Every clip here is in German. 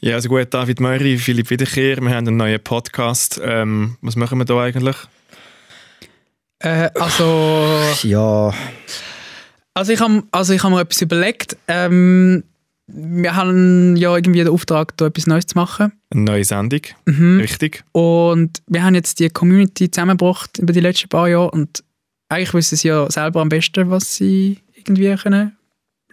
Ja, also gut, David Meury, Philipp Wiederkehr, wir haben einen neuen Podcast. Ähm, was machen wir da eigentlich? Äh, also, Ja, also ich habe also ich hab mir etwas überlegt. Ähm, wir haben ja irgendwie den Auftrag, da etwas Neues zu machen. Eine neue Sendung, Mhm. richtig? Und wir haben jetzt die Community zusammengebracht über die letzten paar Jahre und eigentlich wissen sie ja selber am besten, was sie irgendwie können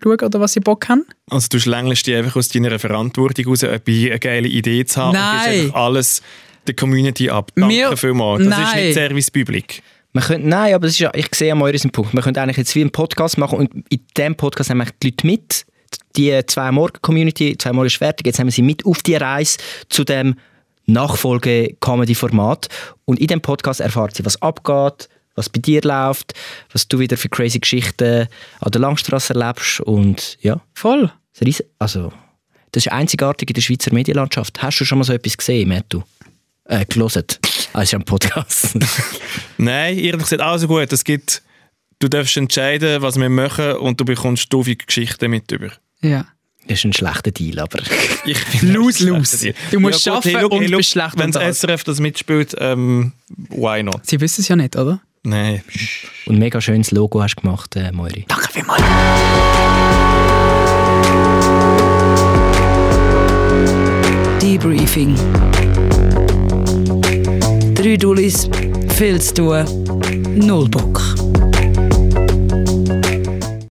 schauen oder was sie Bock haben. Also du schlängelst dich einfach aus deiner Verantwortung raus, eine, bi- eine geile Idee zu haben und Nein. gibst einfach alles der Community ab. Danke Wir- vielmals. Das ist Nein. nicht Service Public. man könnte, nein, aber das ist ja, ich sehe ja mal unseren Punkt. Man könnte eigentlich jetzt wie einen Podcast machen und in diesem Podcast haben eigentlich die Leute mit, die zwei Morgen Community, zwei Morgen ist fertig, jetzt haben wir sie mit auf die Reise zu dem Nachfolge-Comedy-Format und in diesem Podcast erfahrt sie, was abgeht, was bei dir läuft, was du wieder für crazy Geschichten an der Langstrasse erlebst und ja, Voll. das ist riesen- also das ist einzigartig in der Schweizer Medienlandschaft. Hast du schon mal so etwas gesehen, Matthew? Äh, gelesen. Ah, es ist ja ein Podcast. Nein, ehrlich gesagt, also gut, es gibt... Du darfst entscheiden, was wir machen und du bekommst stufige Geschichten mit über. Ja. Das ist ein schlechter Deal, aber. Ich Lose, lose. Du musst gut, arbeiten hey, look, und hey, look, bist schlecht Wenn das unterhalten. SRF das mitspielt, ähm, why not? Sie wissen es ja nicht, oder? Nein. Und ein mega schönes Logo hast du gemacht, äh, Moiri. Danke vielmals. Debriefing. Drei Dullis, viel zu tun, null Bock.